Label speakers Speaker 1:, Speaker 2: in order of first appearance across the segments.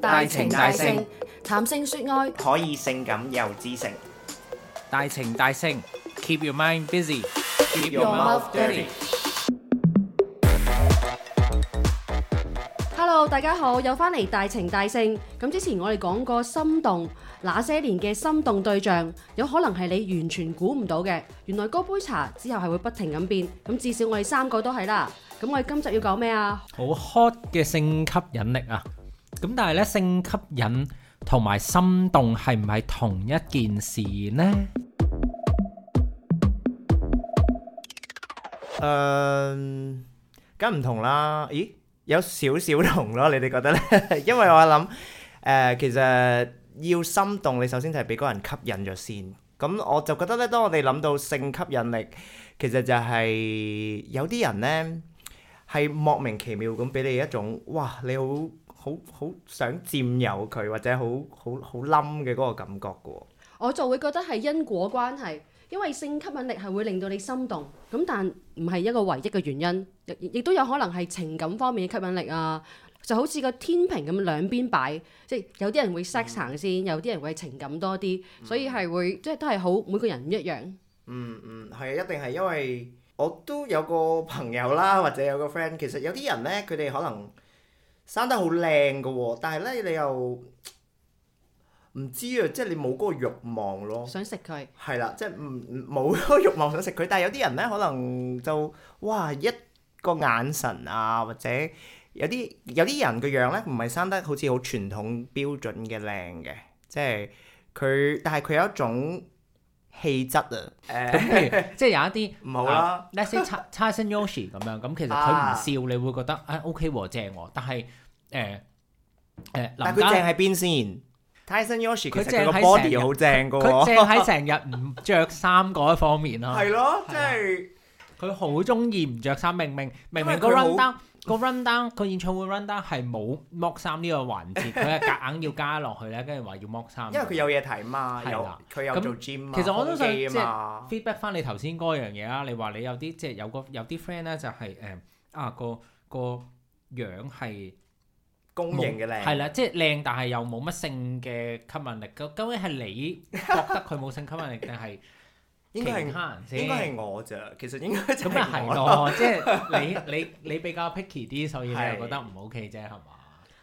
Speaker 1: 大情大性，談性說愛，
Speaker 2: 可以性感又知性。
Speaker 3: 大情大性，Keep your mind busy。
Speaker 2: Keep your mouth dirty。
Speaker 1: Hello，大家好，又翻嚟大情大性。咁之前我哋講過心動，那些年嘅心動對象，有可能係你完全估唔到嘅。原來嗰杯茶之後係會不停咁變。咁至少我哋三個都係啦。咁我哋今集要講咩啊？
Speaker 3: 好 hot 嘅性吸引力啊！咁但係咧，性吸引同埋心動係唔係同一件事呢？
Speaker 2: 誒，嗯梗唔同啦。咦，有少少同咯，你哋覺得咧？ 因為我諗誒，其實要心動，你首先就係俾嗰人吸引咗先。咁我就覺得咧，當我哋諗到性吸引力，其實就係有啲人咧係莫名其妙咁俾你一種哇，你好好好想佔有佢，或者好好好冧嘅嗰個感覺嘅喎。
Speaker 1: 我就會覺得係因果關係，因為性吸引力係會令到你心動，咁但唔係一個唯一嘅原因，亦亦都有可能係情感方面嘅吸引力啊。就好似個天平咁兩邊擺，即係有啲人會 sex 行
Speaker 3: 嗯
Speaker 1: 先，有啲人會情感多啲，所以係會即係都係好每個人唔一樣。
Speaker 2: 嗯嗯，係啊，一定係因為我都有個朋友啦，或者有個 friend，其實有啲人咧，佢哋可能生得好靚㗎喎，但係咧你又唔知啊，即係你冇嗰個慾望咯。
Speaker 1: 想食佢，
Speaker 2: 係啦，即係唔唔冇嗰個慾望想食佢，但係有啲人咧可能就哇一個眼神啊，或者有啲有啲人嘅樣咧，唔係生得好似好傳統標準嘅靚嘅，即係佢，但係佢有一種氣質啊，
Speaker 3: 咁
Speaker 2: 誒
Speaker 3: 譬 如即係有一啲
Speaker 2: 唔好啦。
Speaker 3: Let's say Ty- Tyson Yoshi à, 咁樣，咁其
Speaker 2: 啊
Speaker 3: 實佢唔笑，你會覺得啊 "À, OK 喎，正喎。但係誒誒
Speaker 2: 但
Speaker 3: 林
Speaker 2: 佢正
Speaker 3: 家，
Speaker 2: 喺邊先？Tyson Yoshi 其
Speaker 3: 佢
Speaker 2: 實佢
Speaker 3: 正
Speaker 2: 個
Speaker 3: 喺
Speaker 2: body
Speaker 3: 成
Speaker 2: 好正噶
Speaker 3: 佢
Speaker 2: 喎，
Speaker 3: 正喺成 日唔着衫嗰一方面啦。
Speaker 2: 係咯，即
Speaker 3: 係啊
Speaker 2: 係
Speaker 3: 佢好中意唔着衫，明明明
Speaker 2: 因為
Speaker 3: 明個
Speaker 2: 佢好
Speaker 3: run down 個 run down 個演唱會 run down 係冇剝衫呢個環節，佢係夾硬要加落去咧，跟住話要剝衫。
Speaker 2: 因為佢有嘢睇嘛，
Speaker 3: 嗯係
Speaker 2: 有
Speaker 3: 啦
Speaker 2: 佢有
Speaker 3: 咁
Speaker 2: 做 gym 嘛，
Speaker 3: 其實我都想
Speaker 2: 胸肌啊
Speaker 3: 即係
Speaker 2: 嘛
Speaker 3: feedback 翻你頭先嗰樣嘢啦，你話你有啲即係有個有啲 friend 咧就係、誒、啊個個樣係
Speaker 2: 公
Speaker 3: 冇
Speaker 2: 認嘅靚
Speaker 3: 係啦，即係靚但係又冇乜性嘅吸引力。咁究竟係你覺得佢冇性吸引力定係
Speaker 2: 應該係
Speaker 3: 其他人先？
Speaker 2: 應該係我咋，其實應該就
Speaker 3: 咁咪係
Speaker 2: 我啦。
Speaker 3: 咯，即係你你你比較 picky 啲，所以你
Speaker 2: 係
Speaker 3: 又覺得唔 OK 啫，係嘛？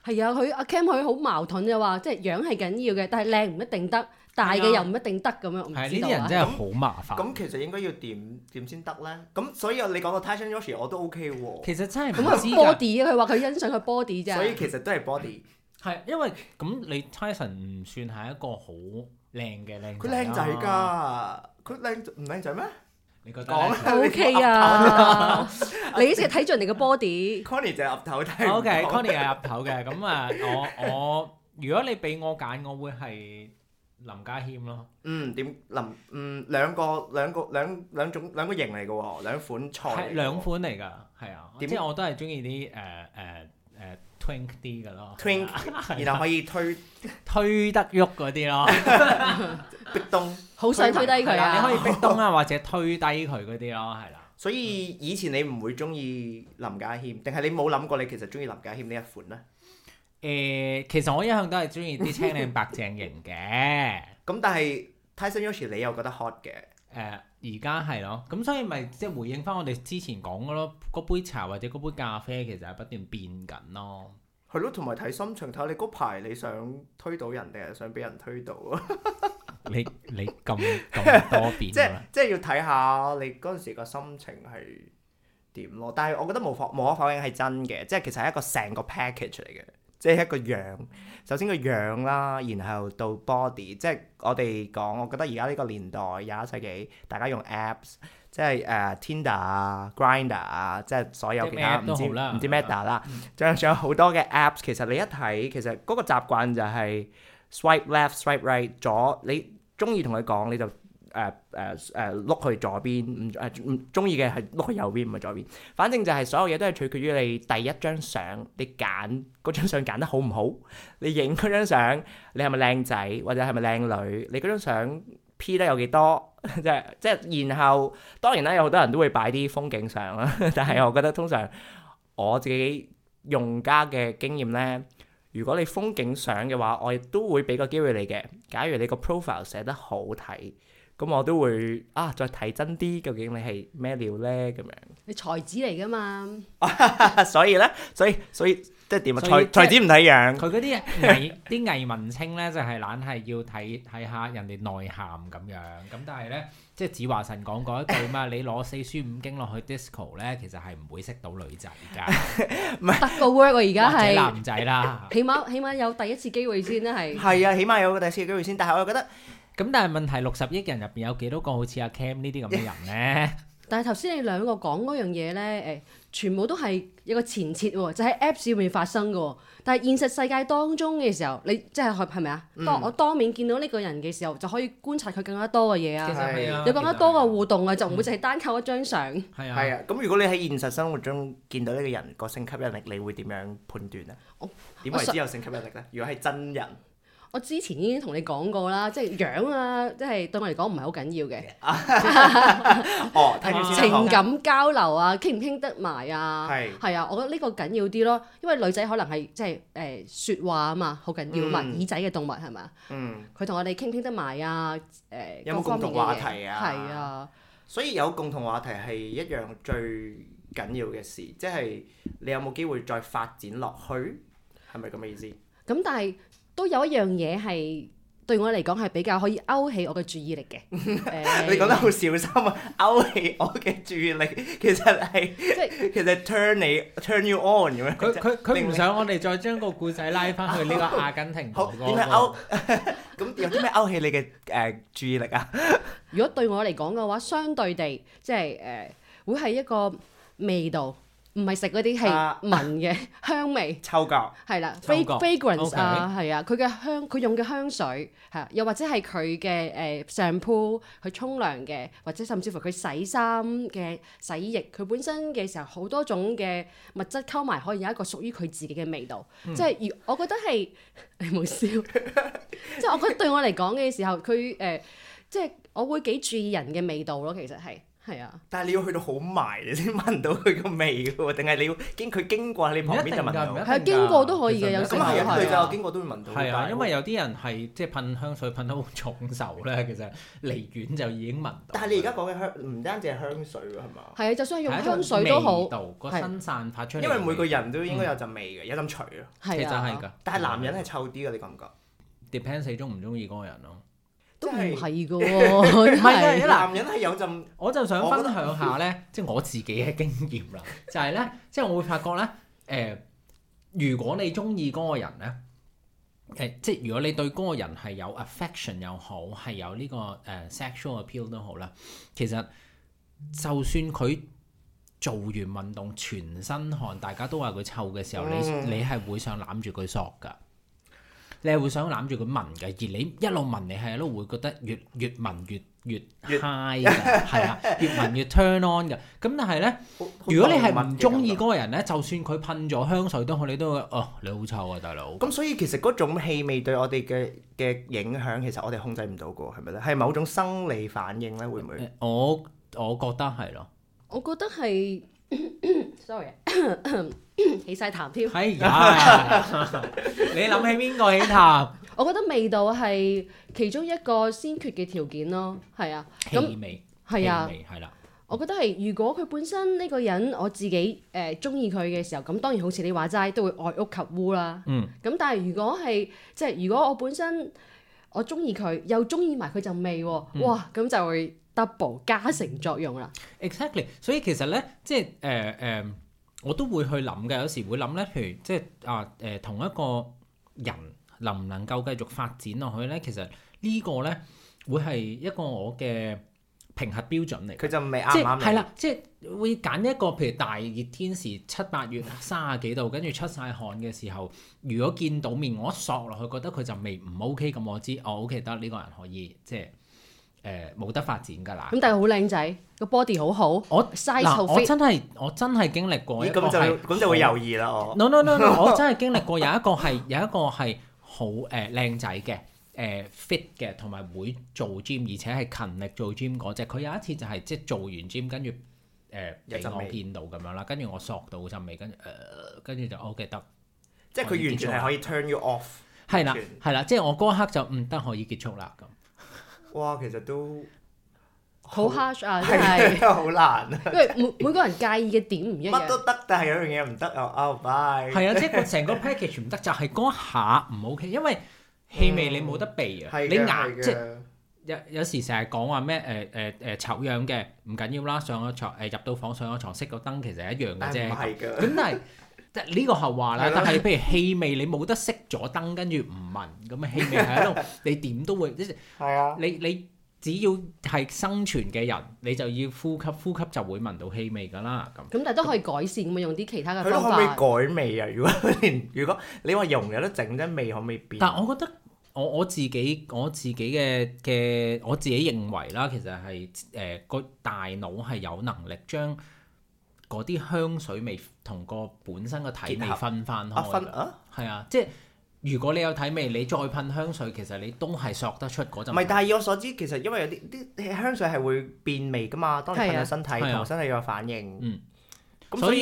Speaker 1: 係啊，佢阿 Cam 佢好矛盾嘅話，即係樣係緊要嘅，但係靚唔一定得，大嘅又唔一定得咁樣，我唔
Speaker 3: 啊係
Speaker 1: 知
Speaker 3: 呢
Speaker 1: 道
Speaker 3: 啲人
Speaker 1: 啊。
Speaker 3: 真係好麻煩。
Speaker 2: 咁其實應該要點點先得咧？咁所以你講到 Tyson Yoshi 我都 OK 喎，
Speaker 3: 其實真係
Speaker 1: 咁
Speaker 3: 唔
Speaker 1: 佢
Speaker 3: 知㗎，
Speaker 1: body 啊，佢話佢欣賞佢 body 啫。
Speaker 2: 所以其實都係 body。
Speaker 3: 係因為咁你 Tyson 唔算係一個好靚啊嘅靚
Speaker 2: 佢靚仔
Speaker 3: 啦，
Speaker 2: 㗎，佢靚唔靚仔咩
Speaker 3: 你覺得
Speaker 2: 講
Speaker 3: 呢
Speaker 2: 啦
Speaker 1: O K 啊，你成日睇住人哋嘅 body，
Speaker 2: ？Connie 就係岌頭 睇唔到。
Speaker 3: ？OK，Connie 係入頭嘅，咁啊，我我如果你俾我揀，我會係林家謙咯。
Speaker 2: 嗯，點林嗯兩個兩個兩兩種兩個型嚟嘅喎，兩款菜嚟
Speaker 3: 係
Speaker 2: 嘅喎
Speaker 3: 兩款嚟㗎，係啊，
Speaker 2: 點
Speaker 3: 即係我都係中意啲誒誒誒 twink 啲嘅咯 啊
Speaker 2: twink，然後可以推
Speaker 3: 推得喐嗰啲咯，
Speaker 2: 壁咚，
Speaker 1: 好想推低
Speaker 3: 係
Speaker 1: 佢
Speaker 3: 啦，你
Speaker 1: 啊
Speaker 3: 可！以壁咚啊，或者推低佢嗰啲咯，係啦。
Speaker 2: 所以以前你唔會中意林家謙，定係你冇諗過你其實中意林家謙呢一款咧？
Speaker 3: 誒、其實我一向都係中意啲青靚白淨型嘅，
Speaker 2: 咁但係 Tyson Yoshi 你又覺得 hot 嘅，
Speaker 3: 誒而家係咯，咁所以咪即係回應翻我哋之前講嘅咯，嗰杯茶或者嗰杯咖啡其實係不斷變緊咯。
Speaker 2: 係咯，同埋睇心情，睇下你嗰排你想推到人定係想俾人推到 啊？
Speaker 3: 你你咁咁多 變
Speaker 2: 即係即係要睇下你嗰陣時個心情係點咯。但係我覺得無否無可否認係真嘅，即係其實係一個成個 package 嚟嘅，即係一個樣。首先個樣啦，然後到 body，即係我哋講，我覺得而家呢個年代廿一世紀，大家用 apps，即係誒、呃 Tinder 啊、Grinder 啊，即係所有
Speaker 3: 即係
Speaker 2: 其
Speaker 3: 咩
Speaker 2: 他
Speaker 3: app
Speaker 2: 唔
Speaker 3: 都
Speaker 2: 知
Speaker 3: 好啦
Speaker 2: 唔知
Speaker 3: 係啦嗯
Speaker 2: Meta 啦，仲有仲有好多嘅 apps。其實你一睇，其實嗰個習慣就係 swipe left、swipe right，左你中意同佢講你就。誒誒誒碌去左邊，唔誒唔中意嘅係碌去右邊，唔係左邊。反正就係所有嘢都係取決於你第一張相，你揀嗰張相揀得好唔好，你影嗰張相，你係咪靚仔或者係咪靚女？你嗰張相 P 得有幾多？ 即係即係，然後當然啦，有好多人都會擺啲風景相啦。但係我覺得通常我自己用家嘅經驗咧，如果你風景相嘅話，我亦都會俾個機會你嘅。假如你個 profile 寫得好睇，咁我都會啊再睇真啲，究竟你係咩料咧咁樣。
Speaker 1: 你才子嚟噶嘛？
Speaker 2: 所以咧，所以所以即係點啊？
Speaker 3: 所以
Speaker 2: 才才子唔睇樣，
Speaker 3: 佢嗰啲藝啲藝文青咧，就係懶係要睇睇下人哋內涵咁樣。咁但係咧，即係子華神講嗰一句嘛，你攞四書五經落去 disco 咧，其實係唔會識到女仔㗎，
Speaker 1: 得個 work 喎，而家
Speaker 3: 或者
Speaker 1: 係
Speaker 3: 男仔啦。
Speaker 1: 起碼起碼有第一次機會先啦，係
Speaker 2: 係啊，起碼有個第四個機會先。但係我又覺得
Speaker 3: 咁但係問題，六十億人入邊有幾多個好似阿 Cam 呢啲 咁嘅人咧？
Speaker 1: 但係頭先你兩個講嗰樣嘢咧，誒，全部都係有個前設喎，就喺 Apps 入面發生嘅喎。但係現實世界當中嘅時候，你即係係係咪啊？
Speaker 3: 嗯
Speaker 1: 當我當面見到呢個人嘅時候，就可以觀察佢更加多嘅嘢
Speaker 3: 其實
Speaker 1: 啊，
Speaker 3: 係啊，
Speaker 1: 有更加多嘅互動啊，就唔會淨係單靠一張相。
Speaker 3: 係啊
Speaker 2: 係。啊，咁如果你喺現實生活中見到呢個人個性吸引力，你會點樣判斷啊
Speaker 1: 我？
Speaker 2: 點
Speaker 1: 我
Speaker 2: 為
Speaker 1: 想
Speaker 2: 之有性吸引力咧？如果係真人，
Speaker 1: 我之前已經同你講過啦，即係樣啊，即係對我嚟講唔係好緊要嘅，
Speaker 2: 哦，睇住先啦。
Speaker 1: 情感交流啊，傾唔傾得埋啊，
Speaker 2: 係
Speaker 1: 係啊，我覺得呢個緊要啲咯，因為女仔可能係即係誒説話啊嘛，好緊要嘛，
Speaker 2: 嗯
Speaker 1: 耳仔嘅動物係嘛，
Speaker 2: 嗯，
Speaker 1: 佢同我哋傾唔傾得埋啊，誒
Speaker 2: 有冇
Speaker 1: 各方
Speaker 2: 共
Speaker 1: 面
Speaker 2: 同
Speaker 1: 嘅
Speaker 2: 話
Speaker 1: 嘢，
Speaker 2: 題啊？
Speaker 1: 係啊，
Speaker 2: 所以有共同話題係一樣最緊要嘅事，即係你有冇機會再發展落去，係咪咁嘅意思？
Speaker 1: 咁但係都有一樣嘢係對我嚟講係比較可以勾起我嘅注意力 嘅，誒
Speaker 2: 你講得好小心啊，勾起我嘅注意力，其實係
Speaker 1: 即係
Speaker 2: 其實 turn 你 turn you on 咁樣。
Speaker 3: 佢佢佢
Speaker 2: 明
Speaker 3: 唔
Speaker 2: 明
Speaker 3: 想我哋再將個故仔拉翻去 呢個阿根廷
Speaker 2: 好
Speaker 3: 嗰個
Speaker 2: 點樣勾？咁有啲咩勾起 你嘅誒注意力啊？
Speaker 1: 如果對我嚟講嘅話，相對地即係誒、呃、會係一個味道，唔係食嗰啲係
Speaker 2: 啊
Speaker 1: 聞嘅 香味。
Speaker 2: 嗅覺。
Speaker 1: 係啦
Speaker 3: 嗅覺
Speaker 1: ，fra-，fragrance
Speaker 3: OK
Speaker 1: 啊，係啊，佢嘅香，佢用嘅香水係啊，又或者係佢嘅誒 shampoo，佢沖涼嘅，或者甚至乎佢洗衫嘅洗衣液，佢本身嘅時候好多種嘅物質溝埋，可以有一個屬於佢自己嘅味道。
Speaker 3: 嗯
Speaker 1: 即係如我覺得係 你冇笑，即係我覺得對我嚟講嘅時候，佢誒、呃即係我會幾注意人嘅味道咯，其實係係啊。
Speaker 2: 但係你要去到好埋你先聞到佢個味嘅喎，定係你要經佢經過喺你
Speaker 3: 唔
Speaker 2: 旁
Speaker 3: 一
Speaker 2: 邊
Speaker 3: 定
Speaker 2: 就
Speaker 3: 㗎
Speaker 2: 聞到
Speaker 3: 唔一？定
Speaker 1: 係啊
Speaker 3: 㗎
Speaker 1: 經過都可以嘅
Speaker 3: 其實
Speaker 1: 有
Speaker 3: 唔一
Speaker 1: 時
Speaker 2: 咁
Speaker 3: 定
Speaker 2: 係
Speaker 1: 候
Speaker 2: 啊，
Speaker 3: 㗎
Speaker 2: 佢就經過都會聞到。
Speaker 3: 係啊，因為
Speaker 2: 有。
Speaker 3: 有啲人係即係噴香水噴得好重手咧，其實離遠就已經聞到。
Speaker 2: 但係你而家講嘅香唔單止係香水喎，係嘛？
Speaker 1: 係啊，就算係
Speaker 3: 係
Speaker 1: 用
Speaker 3: 一
Speaker 1: 香
Speaker 3: 種
Speaker 1: 水都好
Speaker 3: 味，道，個
Speaker 1: 係
Speaker 3: 身散發出嚟。
Speaker 2: 因為每個人都應該有陣味
Speaker 3: 嗯
Speaker 2: 嘅，有陣除咯。
Speaker 3: 其
Speaker 1: 係
Speaker 3: 實係
Speaker 1: 啊，
Speaker 3: 㗎，
Speaker 2: 但係男人係臭啲嘅，你覺唔覺？
Speaker 3: 嗯係 depends 你中唔中意嗰個人咯。
Speaker 1: 都唔
Speaker 2: 即係
Speaker 1: 係嘅喎，
Speaker 3: 係啊
Speaker 1: 係
Speaker 3: 因為
Speaker 2: 男人係有陣
Speaker 3: 我就想
Speaker 2: 我覺
Speaker 3: 分
Speaker 2: 得
Speaker 3: 享下咧， 即係我自己嘅經驗 啦，就係咧，即係我會發覺咧，誒、如果你中意嗰個人咧，誒、即係如果你對嗰個人係有 affection 又好，係有呢、個誒、sexual appeal 都好啦，其實就算佢做完運動全身汗，大家都話佢臭嘅時候，
Speaker 2: 嗯
Speaker 3: 你你係會想攬住佢索㗎。你係會想攬住佢聞嘅，而你一路聞，你係一路會覺得越越聞越越
Speaker 2: 越
Speaker 3: high 嘅，係啦，越聞越 turn on 嘅。咁但係咧，
Speaker 2: 好
Speaker 3: 如果你係
Speaker 2: 好動物
Speaker 3: 唔
Speaker 2: 嘅
Speaker 3: 中意
Speaker 2: 感覺
Speaker 3: 嗰個人咧，就算佢噴咗香水都好，你都會哦，你好臭啊，大佬。
Speaker 2: 咁所以其實嗰種氣味對我哋嘅嘅影響，其實我哋控制唔到嘅，係咪咧？係某種生理反應咧，會唔會？
Speaker 3: 誒我我覺得係咯，
Speaker 1: 我覺得係，sorry，起 晒痰添。
Speaker 3: 哎呀，你諗起邊個起痰？
Speaker 1: 我覺得味道係其中一個先決嘅條件咯，係啊，咁
Speaker 3: 氣味
Speaker 1: 係啊
Speaker 3: 氣，味係啦，
Speaker 1: 我覺得係如果佢本身呢個人我自己誒中意佢嘅時候，咁當然好似你話齋都會愛屋及烏啦。
Speaker 3: 嗯。
Speaker 1: 咁但係如果係即係如果我本身呃我中意佢，又中意埋佢陣味喎，
Speaker 3: 嗯
Speaker 1: 哇咁就會 double 加成作用
Speaker 3: 啊
Speaker 1: 啦。
Speaker 3: exactly，所以其實咧，即係誒誒，我都會去諗嘅，有時會諗咧，譬如即係啊誒，同一個人能唔能夠繼續發展落去咧，其實呢個咧會係一個我嘅評核標準嚟嘅。
Speaker 2: 佢就未
Speaker 3: 嗯即
Speaker 2: 啱唔
Speaker 3: 係
Speaker 2: 啱你
Speaker 3: 係啦，即係會揀一個譬如大熱天時七八月三十幾度，跟住出晒汗嘅時候，如果見到面我一索落去，覺得佢就未唔 OK 咁，我知哦 OK 得呢個人可以即係誒冇得發展㗎啦。
Speaker 1: 咁但係好靚仔，個 body 好好，
Speaker 3: 我
Speaker 1: size 好
Speaker 3: 嗱，我
Speaker 1: fit，
Speaker 3: 真係我真係經歷過一
Speaker 2: 咦，
Speaker 3: 個
Speaker 2: 咁就
Speaker 3: 係
Speaker 2: 咁就會猶豫啦，我
Speaker 3: no no no no，我真係經歷過有一個係有一個係好誒靚仔嘅誒 fit 嘅，同埋會做 gym，而且係勤力做 gym 嗰只。佢有一次就係即係做完 gym 跟住誒
Speaker 2: 有
Speaker 3: 俾
Speaker 2: 陣
Speaker 3: 我
Speaker 2: 味
Speaker 3: 見到咁樣啦，跟住我索到陣味，跟住誒跟住就 OK 得。
Speaker 2: 即係佢完全係可以 turn you off。
Speaker 3: 係啦
Speaker 2: 完全
Speaker 3: 係啦，即係我嗰一刻就唔得可以結束啦咁。
Speaker 2: 哇，其實都
Speaker 1: 好 harsh 啊，真係，
Speaker 2: 係好難啊，
Speaker 1: 因為每每個人介意嘅點唔一
Speaker 2: 乜
Speaker 1: 樣
Speaker 2: 都。得，但係有樣嘢唔得啊！哦，bye，
Speaker 3: 係啊，即係個成個 package 唔得，就係嗰一下唔 OK，因為氣味你冇得避啊，
Speaker 2: 係
Speaker 3: 你
Speaker 2: 嘅
Speaker 3: 牙
Speaker 2: 係
Speaker 3: 即係
Speaker 2: 嘅
Speaker 3: 有有時成日講話咩誒誒誒醜樣嘅唔緊要啦，上咗床誒入到房上咗床熄個燈其實係一樣嘅
Speaker 2: 但係唔
Speaker 3: 啫。
Speaker 2: 係㗎，
Speaker 3: 咁但 係即係呢個後話啦
Speaker 2: 係，咯
Speaker 3: 但係譬如氣味你冇得熄咗燈，跟住唔聞咁啊氣味喺 度，你點都會即係
Speaker 2: 係啊，
Speaker 3: 你你只要係生存嘅人，你就要呼吸，呼吸就會聞到氣味㗎啦咁。
Speaker 1: 咁但係都可以改善咁啊，用啲其他嘅
Speaker 2: 佢都
Speaker 1: 方
Speaker 2: 可唔可以
Speaker 1: 法。
Speaker 2: 改味啊？如果 如果你話容有得整啫，味可唔可以變？
Speaker 3: 但我覺得我我自己我自己嘅嘅我自己認為啦，其實係誒個大腦係有能力將嗰啲香水味同個本身個體
Speaker 2: 結
Speaker 3: 味
Speaker 2: 合
Speaker 3: 分翻
Speaker 2: 啊
Speaker 3: 開
Speaker 2: 分
Speaker 3: 㗎。
Speaker 2: 啊，
Speaker 3: 係啊，即係如果你有體味，你再噴香水，其實你都係索得出嗰
Speaker 2: 唔
Speaker 3: 陣
Speaker 2: 係，
Speaker 3: 味。
Speaker 2: 但係以我所知，其實因為有啲啲香水係會變味㗎嘛，當你
Speaker 1: 係
Speaker 2: 噴
Speaker 1: 啊
Speaker 2: 咗身體，
Speaker 3: 係啊
Speaker 2: 同身體有反應。
Speaker 3: 嗯，
Speaker 2: 咁
Speaker 3: 所
Speaker 2: 所
Speaker 3: 以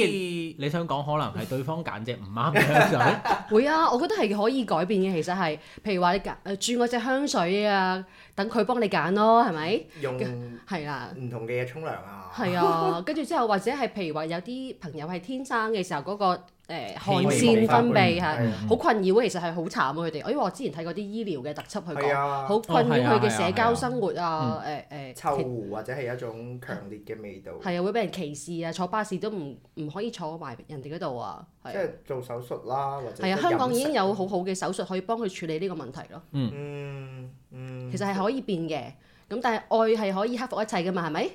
Speaker 2: 以
Speaker 3: 你想講可能係對方揀隻唔啱嘅 香水，
Speaker 1: 會啊，我覺得係可以改變嘅。其實係，譬如話你揀誒轉嗰隻香水啊，等佢幫你揀咯，係咪？
Speaker 2: 用
Speaker 1: 係啦。
Speaker 2: 唔同嘅嘢沖涼啊，
Speaker 1: 係 啊，跟住之後或者係譬如話有啲朋友係天生嘅時候嗰、個、呃、汗
Speaker 3: 氣味
Speaker 1: 腺
Speaker 3: 冇
Speaker 1: 分泌
Speaker 2: 法
Speaker 1: 係
Speaker 2: 管
Speaker 1: 好困擾，其實係好慘啊佢哋。因為我之前睇過啲醫療嘅特輯去
Speaker 2: 係
Speaker 1: 講，
Speaker 2: 啊，
Speaker 1: 好困擾佢嘅社
Speaker 3: 哦係啊係啊係啊
Speaker 1: 交生活啊，誒誒
Speaker 2: 臭
Speaker 1: 其
Speaker 2: 狐或者係一種強烈嘅味道，
Speaker 1: 係啊，會俾人歧視啊，坐巴士都唔唔可以坐埋人哋嗰度啊，
Speaker 2: 即
Speaker 1: 係啊
Speaker 2: 係做手術啦，或者
Speaker 1: 係啊，香港已經有
Speaker 2: 飲食
Speaker 1: 好好嘅手術可以幫佢處理呢個問題咯，
Speaker 2: 嗯嗯，
Speaker 1: 其實係可以變嘅。咁但係愛係可以克服一切噶嘛，係咪？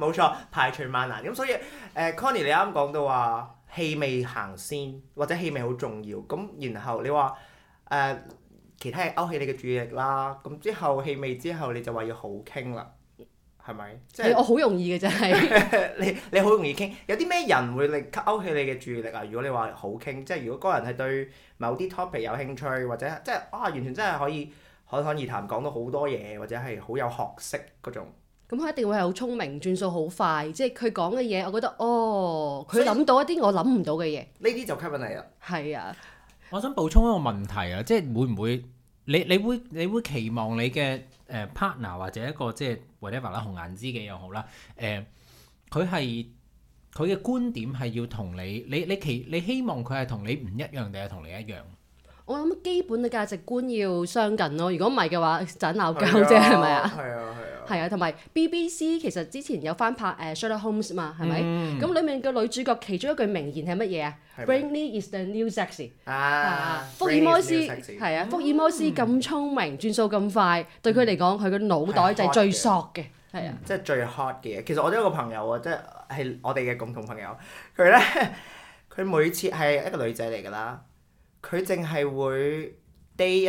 Speaker 2: 冇錯，排除萬難。咁所以誒、Connie 呃你啱講到話氣味行先，或者氣味好重要。咁然後你話誒、呃其他嘢勾起你嘅注意力啦。咁之後氣味之後你就話要好傾啦，係咪？即
Speaker 1: 係
Speaker 2: 係
Speaker 1: 我好容易嘅真係。
Speaker 2: 你你好容易傾。有啲咩人會令勾起你嘅注意力啊？如果你話好傾，即係如果嗰個人係對某啲 topic 有興趣，或者即係啊完全真係可以侃侃而談，講到好多嘢，或者係好有學識嗰種。
Speaker 1: 咁佢一定會係好聰明，轉數好快，即係佢講嘅嘢，我覺得哦，佢諗到一啲我諗唔到嘅嘢，
Speaker 2: 呢啲就吸引你啦。
Speaker 1: 係啊，
Speaker 3: 我想補充一個問題啊，即係會唔會你你會你會期望你嘅誒 partner 或者一個即係 whatever 啦，紅顏知己又好啦，誒佢係佢嘅觀點係要同你，你你期你希望佢係同你唔一樣定係同你一樣？
Speaker 1: 我諗基本嘅價值觀要相近咯，如果唔係嘅話，盞鬧交
Speaker 2: 係
Speaker 1: 哦啫，係咪啊？？
Speaker 2: 係啊，係啊。
Speaker 1: 係啊，同埋 BBC 其實之前有翻拍誒 Sherlock Holmes 嘛，係咪？咁裡面嘅女主角其中一句名言係乜嘢啊
Speaker 2: 嗯係咪
Speaker 1: ？Brainy is the new sexy。
Speaker 2: 啊，
Speaker 1: 福爾摩斯
Speaker 2: Brain is new sexy
Speaker 1: 係啊，福爾摩斯咁聰明，轉數咁快，對佢嚟講，佢個腦袋就係最索嘅，係啊，
Speaker 2: 即係最 hot 嘅嘢。其實我都有個朋友啊，即係係我哋嘅共同朋友。佢咧， 佢每次係一個女仔嚟㗎啦，佢淨係會 date 一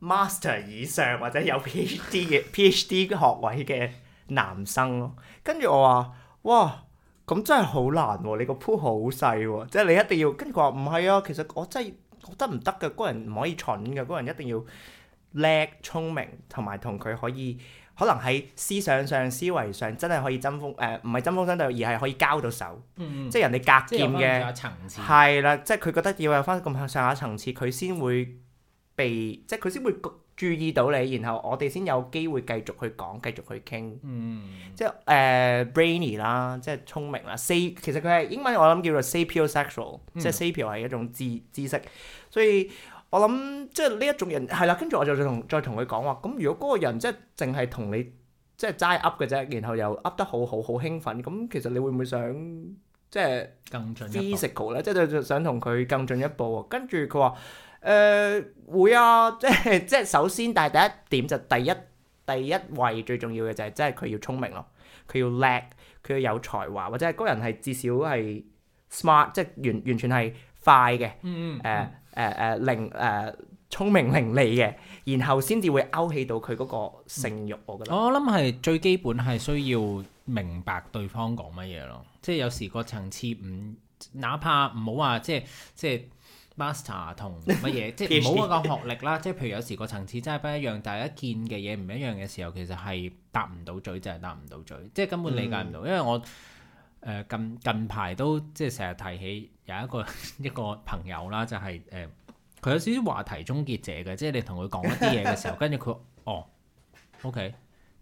Speaker 2: 啲 master 以上或者有 PhD 嘅 PhD 學位嘅男生咯。跟住我話：哇！咁真係好難喎、你個 pool 好細喎，即係你一定要。跟住佢話唔係啊，其實我真係我得唔得㗎？嗰人唔可以蠢㗎，嗰人一定要叻、聰明，同埋同佢可以可能喺思想上、思維上真係可以針鋒誒，唔係針鋒相對，而係可以交到手。即係人哋隔
Speaker 3: 嗯即係有
Speaker 2: 劍
Speaker 3: 翻
Speaker 2: 嗯
Speaker 3: 咁。
Speaker 2: 嘅
Speaker 3: 上下層次。
Speaker 2: 係啦，即係佢覺得要有翻咁上下層次，佢先會被，即係佢先會注意到你，然後我哋先有機會繼續去講，繼續去傾。
Speaker 3: 嗯，
Speaker 2: 即係誒、brainy 呃啦，即係聰明啦。四其實佢係英文我諗叫做 sapiosexual，、即係 sapio 係一種知知識，所以我諗即係呢一種人係啦。跟住我就再同再同佢講話，咁如果嗰個人即係淨係同你即係齋噏嘅啫，然後又噏得好好好興奮，咁其實你會唔會想即係？
Speaker 3: 更進一步。
Speaker 2: physical 咧，即係就想同佢更進一步喎。跟住佢話誒會啊， 即係即係首先，但係第一點就第一第一位最重要嘅就係即係佢要聰明咯，佢要叻，佢要有才華，或者係嗰人係至少係 smart，即係完完全係快嘅，呃
Speaker 3: 嗯
Speaker 2: 誒誒誒靈誒呃聰明伶俐嘅，然後先至會勾起到佢嗰個性慾，我覺得。
Speaker 3: 我諗係最基本係需要明白對方講乜嘢咯，即係有時個層次唔，哪怕唔好話即係即係 master 同乜嘢，即係唔好 話個學歷啦，即係譬如有時個層次真係不一樣，但係一見嘅嘢唔一樣嘅時候，其實係搭唔到嘴就係搭唔到嘴，即係根本理解唔到，因為我。誒近近排都即係成日提起有一個 一個朋友啦，就係呃誒佢有少少話題終結者嘅，即係你同佢講一啲嘢嘅時 候，跟住佢哦，OK，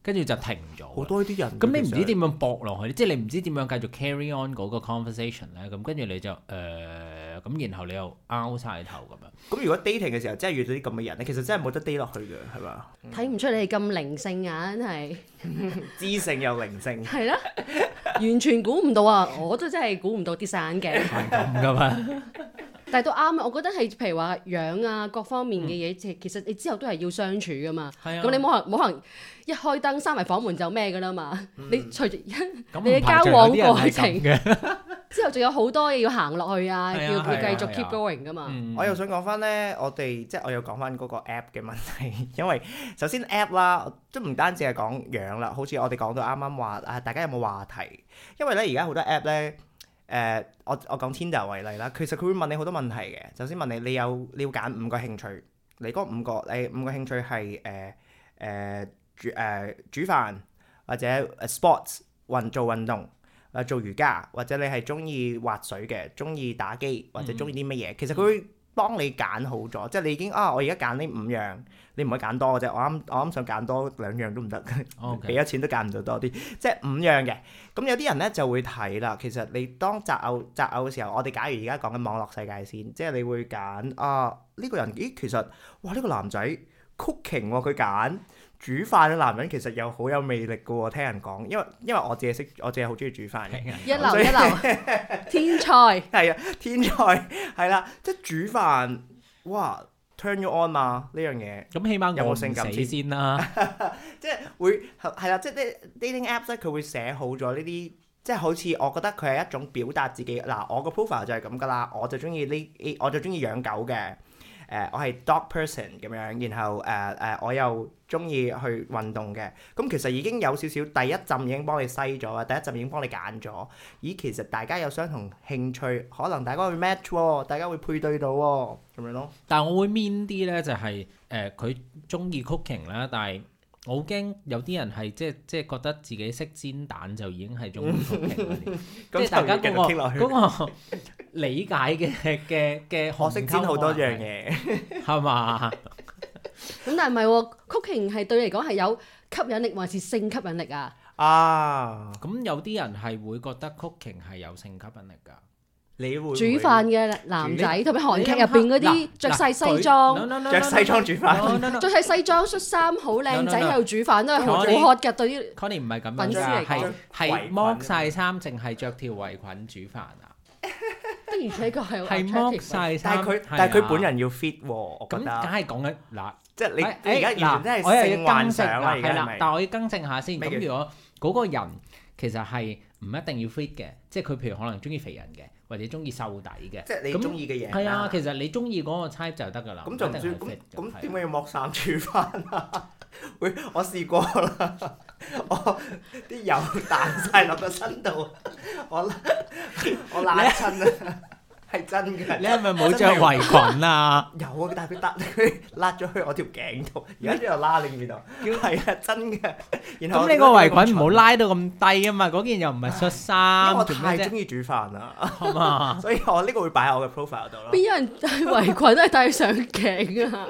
Speaker 3: 跟住就停咗
Speaker 2: 好
Speaker 3: 啦。
Speaker 2: 多呢啲人㗎。
Speaker 3: 咁你唔
Speaker 2: 其實
Speaker 3: 知點樣駁落去，即係你唔知點樣繼續 carry on 嗰個 conversation 咧。咁跟住你就誒咁、然後你又拗晒頭咁樣。
Speaker 2: 咁如果 dating 嘅時候真係遇到啲咁嘅人咧，其實真係冇得 date 落去嘅，係嘛？
Speaker 1: 睇唔出你哋咁靈性啊，真係
Speaker 2: 知性又靈性。
Speaker 1: 係啦，完全估唔到啊！我都真係估唔到啲散嘅。
Speaker 3: 係咁噶嘛？
Speaker 1: 但係都啱啊！我覺得係譬如話樣啊，各方面嘅嘢，其其實你之後都係要相處噶嘛。
Speaker 3: 係啊。
Speaker 1: 咁你冇可能冇可能一開燈閂埋房門就咩噶啦嘛？你隨住
Speaker 3: 咁
Speaker 1: 你嘅
Speaker 3: 唔排除
Speaker 1: 交往
Speaker 3: 有啲人係
Speaker 1: 過程
Speaker 3: 咁嘅。
Speaker 1: 之後仲有好多嘢要行落去啊，
Speaker 3: 係啊
Speaker 1: 要要
Speaker 3: 係啊
Speaker 1: 繼續
Speaker 3: 係
Speaker 1: keep
Speaker 3: 啊
Speaker 1: going 噶嘛。
Speaker 2: 我又想講翻咧，我哋即係我又講翻嗰個 app 嘅問題，因為首先 app 啦，都唔單止係講樣啦，好似我哋講到啱啱話啊，大家有冇話題？因為咧而家好多 app 咧，誒、我我講 Tinder 為例啦，其實佢會問你好多問題嘅，首先問你你有你要揀五個興趣，你嗰五個你五個興趣係誒誒煮誒、呃煮飯或者誒 sports 運做運動。誒做瑜伽，或者你係中意滑水嘅，中意打機，或者中意啲乜嘢，其實佢會幫你揀好咗，即係你已經啊，我而家揀呢五樣，你唔可以揀多嘅啫。我啱我啱想揀多兩樣都唔得，俾
Speaker 3: OK，
Speaker 2: 咗錢都揀唔到多啲，即係五樣嘅。咁有啲人咧就會睇啦。其實你當擇偶擇偶嘅時候，我哋假如而家講緊網絡世界先，即係你會揀啊呢個人，咦其實哇呢個男仔 cooking 喎，佢揀。煮飯嘅男人其實又好有魅力嘅喎，聽人講，因為因為我自己識，我自己好中意煮飯嘅，
Speaker 3: 啊
Speaker 1: 一
Speaker 2: 咁
Speaker 1: 流
Speaker 2: 所以
Speaker 1: 一流，天才
Speaker 2: 係啊，天才係啦，即係煮飯，哇，turn you on 嘛呢樣嘢，
Speaker 3: 咁起碼
Speaker 2: 有冇
Speaker 3: 我唔
Speaker 2: 性感
Speaker 3: 死先啦。
Speaker 2: 即係會係係啦，即係呢 dating apps 咧，佢會寫好咗呢啲，即係好似我覺得佢係一種表達自己嗱，我個 profile 就係咁噶啦，我就中意呢，我就中意養狗嘅。誒、我係 dog person 咁樣，然後誒誒、我又中意去運動嘅，咁其實已經有少少第一陣已經幫你篩咗啊，第一陣已經幫你揀咗，咦，其實大家有相同興趣，可能大家會 match 喎，大家會配對到喎，咁樣咯。
Speaker 3: 但我會 mean 啲咧，就係誒佢中意 cooking 啦，但係我好驚有啲人係即係即係覺得自己識煎蛋就已經係中意 cooking 嗰啲，即係大家嗰
Speaker 2: 咁就要繼續傾落
Speaker 3: 個
Speaker 2: 去。
Speaker 3: 嗰個理解嘅嘅嘅
Speaker 2: 我識煎好多樣
Speaker 3: 嘢，
Speaker 2: 嘢。
Speaker 3: 係嘛？
Speaker 1: 咁，但係唔係喎，cooking 係對你嚟講係有吸引力還是性吸引力啊？
Speaker 2: 啊！
Speaker 3: 咁有啲人係會覺得 cooking 係有性吸引力㗎。
Speaker 2: 你會唔會
Speaker 1: 煮飯嘅男仔同埋韓劇入邊嗰啲着晒西裝。
Speaker 2: 着
Speaker 3: 着
Speaker 2: 西裝煮 飯，
Speaker 3: 裝
Speaker 1: 着晒西裝恤衫，好靚仔
Speaker 3: No, no,
Speaker 1: 喺
Speaker 3: no.
Speaker 1: 度煮飯都係好好
Speaker 3: 我哋
Speaker 1: hot 嘅，對於
Speaker 3: Connie 唔係咁
Speaker 1: 粉
Speaker 3: 樣
Speaker 1: 絲
Speaker 3: 㗎，
Speaker 1: 嚟
Speaker 3: 係
Speaker 2: 講
Speaker 3: 係
Speaker 2: 圍裙
Speaker 3: 剝晒衫，淨係着條圍裙煮飯啊，
Speaker 1: 的而且確係好
Speaker 3: 係剝
Speaker 1: attractive 嘅
Speaker 3: 晒衫。
Speaker 2: 但係佢
Speaker 3: 係啊
Speaker 2: 但係佢本人要 fit 喎，我
Speaker 3: 咁梗
Speaker 2: 覺得
Speaker 3: 係講緊嗱，
Speaker 2: 即係
Speaker 3: 哎
Speaker 2: 你你而家
Speaker 3: 哎
Speaker 2: 完全真
Speaker 3: 嗱我又
Speaker 2: 係性
Speaker 3: 要更
Speaker 2: 幻
Speaker 3: 正
Speaker 2: 想啦，
Speaker 3: 啦，
Speaker 2: 而家
Speaker 3: 係
Speaker 2: 係
Speaker 3: 啦
Speaker 2: 咪，？
Speaker 3: 但我要更正下先。
Speaker 2: 咩
Speaker 3: 咁
Speaker 2: 叫
Speaker 3: 如果嗰個人其實係唔一定要 fit 嘅，即係佢譬如可能中意肥人嘅，或者中意瘦底嘅，
Speaker 2: 即係你
Speaker 3: 咁
Speaker 2: 中意嘅嘢。
Speaker 3: 係啊，其實你中意嗰個 type 就得㗎啦，
Speaker 2: 咁就唔
Speaker 3: 一
Speaker 2: 算
Speaker 3: 定係
Speaker 2: 咁
Speaker 3: fit 嘅
Speaker 2: 咁
Speaker 3: 係
Speaker 2: 點解要剝衫煮飯啊？ 會我試過啦， 我啲油彈晒落個身度，我我辣親啊，係真嘅。
Speaker 3: 你係咪冇着圍裙啊？
Speaker 2: 有啊，但係佢搭佢拉咗去我條頸度，而家都有拉你邊度？係啊，真嘅。然後
Speaker 3: 咁你個 圍
Speaker 2: 裙
Speaker 3: 裙唔好拉到咁低啊嘛，嗰件又唔係恤
Speaker 2: 因為我
Speaker 3: 衫，做
Speaker 2: 太
Speaker 3: 咩啫？
Speaker 2: 中意煮飯啦，
Speaker 3: 好嘛？
Speaker 2: 所以我呢個會擺喺我嘅 profile 度咯。
Speaker 1: 邊有人戴圍裙都係戴上頸啊？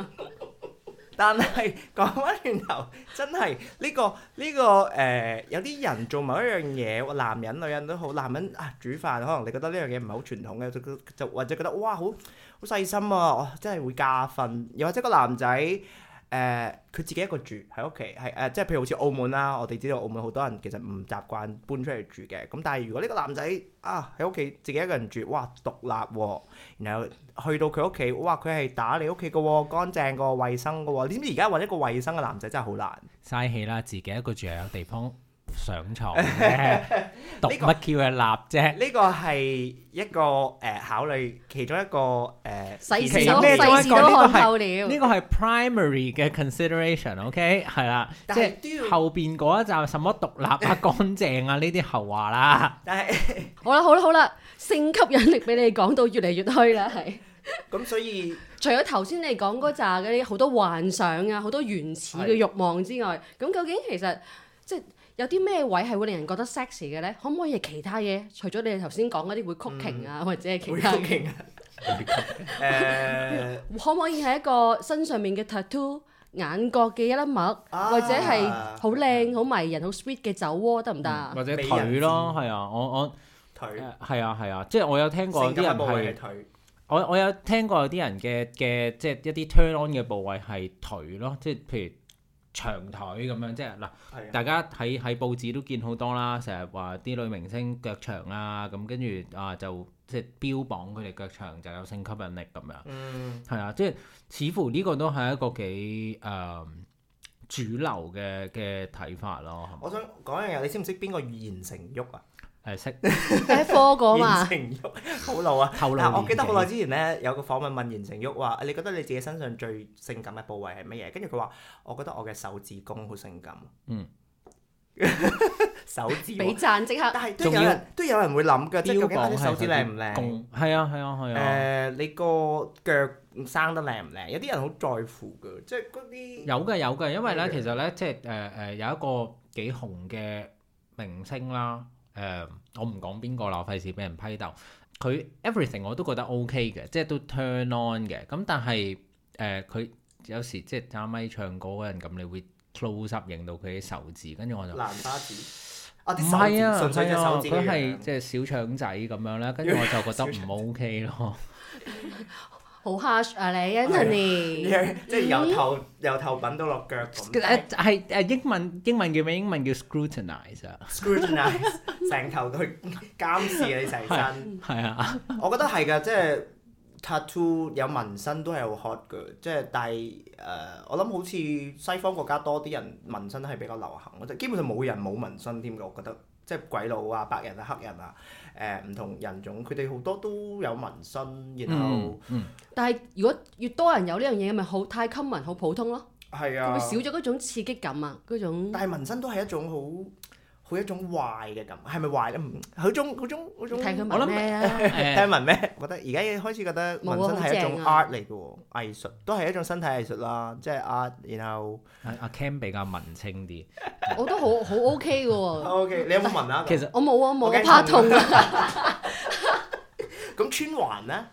Speaker 2: 但係講翻轉頭，真係呢、個呢、個誒、有啲人做某一樣嘢，男人女人都好，男人啊煮飯，可能你覺得呢樣嘢唔係好傳統嘅，就就或者覺得哇好好細心啊，哦、真係會加分。又或者個男仔誒，佢自己一個住喺屋企，係誒、即係譬如好似澳門啦，我哋知道澳門好多人其實唔習慣搬出嚟住嘅。咁但係如果呢個男仔啊喺屋企自己一個人住，哇獨立喎、然後去到佢屋企，哇！佢係打你屋企嘅喎，乾淨個衞生嘅喎。你知唔知而家揾一個衞生嘅男仔真係好難？
Speaker 3: 嘥氣啦，自己一個住有地方上床啫， 讀
Speaker 2: 呢個
Speaker 3: 乜 Q 嘅立啫？
Speaker 2: 呢個係一個誒、考慮其中一個誒。
Speaker 1: 世
Speaker 2: 其
Speaker 1: 事
Speaker 2: 中
Speaker 1: 都
Speaker 2: 咩
Speaker 3: 咩
Speaker 2: 中
Speaker 1: 世
Speaker 2: 一
Speaker 1: 事
Speaker 2: 個
Speaker 1: 都
Speaker 3: 呢個
Speaker 1: 看
Speaker 3: 係
Speaker 1: 透
Speaker 3: 呢
Speaker 1: 了。
Speaker 3: 個係 primary 嘅 consideration，OK，、係啦，
Speaker 2: 但
Speaker 3: 即
Speaker 2: 係都
Speaker 3: 係
Speaker 2: 要
Speaker 3: 後邊嗰一集什麼獨立啊、乾淨啊呢啲後話啦。
Speaker 2: 但係
Speaker 1: 好啦好啦好啦，性吸引力俾你講到越嚟越虛啦，係。
Speaker 2: 咁，所以
Speaker 1: 除咗頭先你講嗰扎嗰啲好多幻想啊，好多原始嘅慾望之外，咁究竟其實即係有啲咩位係會令人覺得 sexy 嘅咧？可唔可以係其他嘢？除咗你哋頭先講嗰啲會 cooking 啊，或者係其他嘅，
Speaker 2: 誒
Speaker 1: 可唔可以係一個身上面嘅 tattoo？眼角嘅一粒墨，
Speaker 4: 啊
Speaker 1: 或者係好靚、好迷人、好 sweet 嘅酒窩得唔得啊？
Speaker 3: 嗯或者
Speaker 2: 美人
Speaker 3: 腿咯，
Speaker 2: 尖
Speaker 3: 係啊，我我
Speaker 2: 腿，
Speaker 3: 誒係啊係啊，即係我有聽過有啲
Speaker 2: 性感
Speaker 3: 人
Speaker 2: 嘅部位係
Speaker 3: 係
Speaker 2: 腿，
Speaker 3: 我我有聽過有啲人嘅嘅即係一啲 turn on 嘅部位係腿咯，即係譬如長腿咁樣，即係嗱。
Speaker 2: 係啊，
Speaker 3: 大家喺喺報紙都見好多啦，成日話啲女明星腳長啊，咁跟住啊就即係標榜佢哋腳長就有性吸引力咁樣，
Speaker 2: 嗯，
Speaker 3: 係啊，即係似乎呢個都係一個幾誒、嗯主流嘅嘅睇法咯，
Speaker 2: 我想講一樣嘢，你識唔識邊個言承旭啊？
Speaker 3: 係識
Speaker 1: 喺科個嘛
Speaker 2: 言，承旭好老啊！
Speaker 3: 透露
Speaker 2: 啊我記得好耐
Speaker 3: 年紀
Speaker 2: 之前咧，有個訪問問言承旭話：啊你覺得你自己身上最性感嘅部位係乜嘢？跟住佢話：我覺得我嘅手指公好性感。
Speaker 3: 嗯，
Speaker 2: 手指喎。
Speaker 1: 俾讚即刻
Speaker 2: 但係都有人都有人會諗㗎，即係究
Speaker 3: 標
Speaker 2: 竟我
Speaker 3: 榜
Speaker 2: 啲
Speaker 3: 係
Speaker 2: 手指靚唔
Speaker 3: 佢哋
Speaker 2: 靚？
Speaker 3: 共係啊係啊係啊，
Speaker 2: 誒，你個腳生得靚唔靚？有啲人好在乎㗎，即係嗰啲
Speaker 3: 有嘅有嘅，因為咧
Speaker 2: 呢樣
Speaker 3: 其實咧即係誒誒有一個幾紅嘅明星啦，誒、我唔講邊個啦，費事俾人批鬥。佢 everything 我都覺得 OK 嘅，即係都 turn on 嘅。咁但係誒佢有時即係揸咪唱歌嗰陣咁，你會 close up 影到佢啲手指，跟住我就。
Speaker 2: 蘭花指。啊！
Speaker 3: 唔
Speaker 2: 啲
Speaker 3: 係
Speaker 2: 手
Speaker 3: 啊，
Speaker 2: 指純粹隻
Speaker 3: 係啊
Speaker 2: 手指嘅
Speaker 3: 佢係
Speaker 2: 樣
Speaker 3: 即係小腸仔咁樣啦，跟住我就覺得唔 OK 咯。
Speaker 1: 好 hush 啊你 Anthony，
Speaker 2: 即係由頭由頭品到落腳咁。
Speaker 3: 誒係誒英文英文叫咩？英文叫 scrutinize 啊，
Speaker 2: scrutinize 成頭去監視你成身。
Speaker 3: 係啊，
Speaker 2: 我覺得係㗎，即係 tattoo 有紋身都係好 hot 㗎，即係但係誒、呃我諗好似西方國家多啲人紋身係比較流行，即係基本上冇人冇紋身添㗎，我覺得。即係鬼佬啊、白人啊、黑人啊，誒、唔同人種，佢哋好多都有紋身，然後
Speaker 3: 嗯 嗯。
Speaker 1: 但係如果越多人有呢樣嘢，咪好太 common 好普通咯，
Speaker 2: 係、
Speaker 1: 佢
Speaker 2: 啊
Speaker 1: 會，少咗嗰種刺激感啊，嗰種
Speaker 2: 但係紋身都係一種好好一種壞嘅感，係咪壞咧？唔，嗰種嗰種嗰種
Speaker 1: 睇佢
Speaker 3: 我
Speaker 1: 紋
Speaker 3: 諗
Speaker 1: 咩啊？
Speaker 3: 誒
Speaker 2: 聽聞咩？覺得而家開始覺得
Speaker 1: 冇啊
Speaker 2: 紋身係一種
Speaker 1: 好正
Speaker 2: art
Speaker 1: 啊
Speaker 2: 嚟嘅喎，藝術都係一種身體藝術啦，即係 art。然後
Speaker 3: 阿啊阿 Cam 比較文青啲，
Speaker 1: 我都好好 OK 嘅喎，
Speaker 2: 哦 OK，你有冇紋啊？
Speaker 3: 其實
Speaker 1: 我冇啊冇，
Speaker 2: 我
Speaker 1: 我
Speaker 2: 驚
Speaker 1: 怕痛啊，
Speaker 2: 咁穿環咧，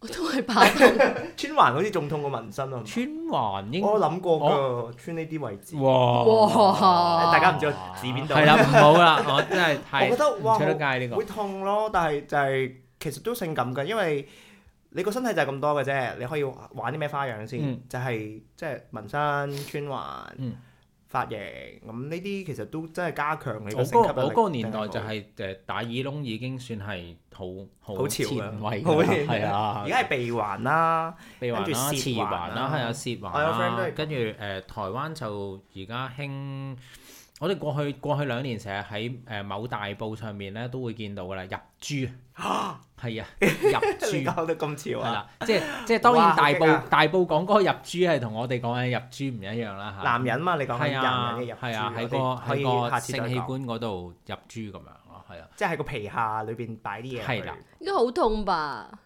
Speaker 1: 我都係怕痛。
Speaker 2: 穿環好似仲痛過紋身啊！
Speaker 3: 穿環應
Speaker 2: 我諗過㗎，穿呢啲位置，
Speaker 1: 哦
Speaker 2: 哦
Speaker 1: 哇
Speaker 2: 大家唔知我指邊度。
Speaker 3: 係啦，唔好啦，我真係
Speaker 2: 我
Speaker 3: 太
Speaker 2: 覺得哇
Speaker 3: 唔，出得街呢
Speaker 2: 會痛咯，但係就係其實都性感㗎，因為你個身體就係咁多嘅啫，你可以玩啲咩花樣
Speaker 3: 嗯
Speaker 2: 先？就係即係紋身、穿環
Speaker 3: 嗯、
Speaker 2: 髮型咁呢啲，其實都真係加強
Speaker 3: 個。
Speaker 2: 你個
Speaker 3: 我
Speaker 2: 性
Speaker 3: 嗰
Speaker 2: 吸引力
Speaker 3: 個我嗰個年代就
Speaker 2: 真係好
Speaker 3: 係誒打耳窿已經算係好好
Speaker 2: 好
Speaker 3: 前
Speaker 2: 潮啦
Speaker 3: 衞
Speaker 2: 好
Speaker 3: 㗎啦
Speaker 2: 前
Speaker 3: 係啊
Speaker 2: 而，家係鼻 環啦，
Speaker 3: 鼻環
Speaker 2: 跟住
Speaker 3: 啦、
Speaker 2: 舌
Speaker 3: 瓷
Speaker 2: 環
Speaker 3: 環啦
Speaker 2: 啦，
Speaker 3: 係啊，舌環
Speaker 2: 我有 friend 都
Speaker 3: 啦
Speaker 2: 係，
Speaker 3: 跟住誒台灣就而家興。我哋過去過去兩年成日喺誒某大報上面咧都會見到㗎啦，入珠係啊， 入珠
Speaker 2: 你搞到咁潮
Speaker 3: 係
Speaker 2: 啊！
Speaker 3: 啦，即係即係當然
Speaker 2: 哇
Speaker 3: 大
Speaker 2: 好激啊
Speaker 3: 埔大埔講嗰個入珠係同我哋講緊入珠唔一樣啦嚇。
Speaker 2: 男人嘛，你講緊
Speaker 3: 係啊，
Speaker 2: 男人嘅入
Speaker 3: 係啊，喺
Speaker 2: 珠
Speaker 3: 個
Speaker 2: 我哋可以
Speaker 3: 喺個
Speaker 2: 下次再
Speaker 3: 性器
Speaker 2: 講，
Speaker 3: 官嗰度入珠咁樣咯，係啊。
Speaker 2: 即係喺個皮下裏邊擺啲嘢。
Speaker 3: 係啦，
Speaker 1: 應該好痛吧？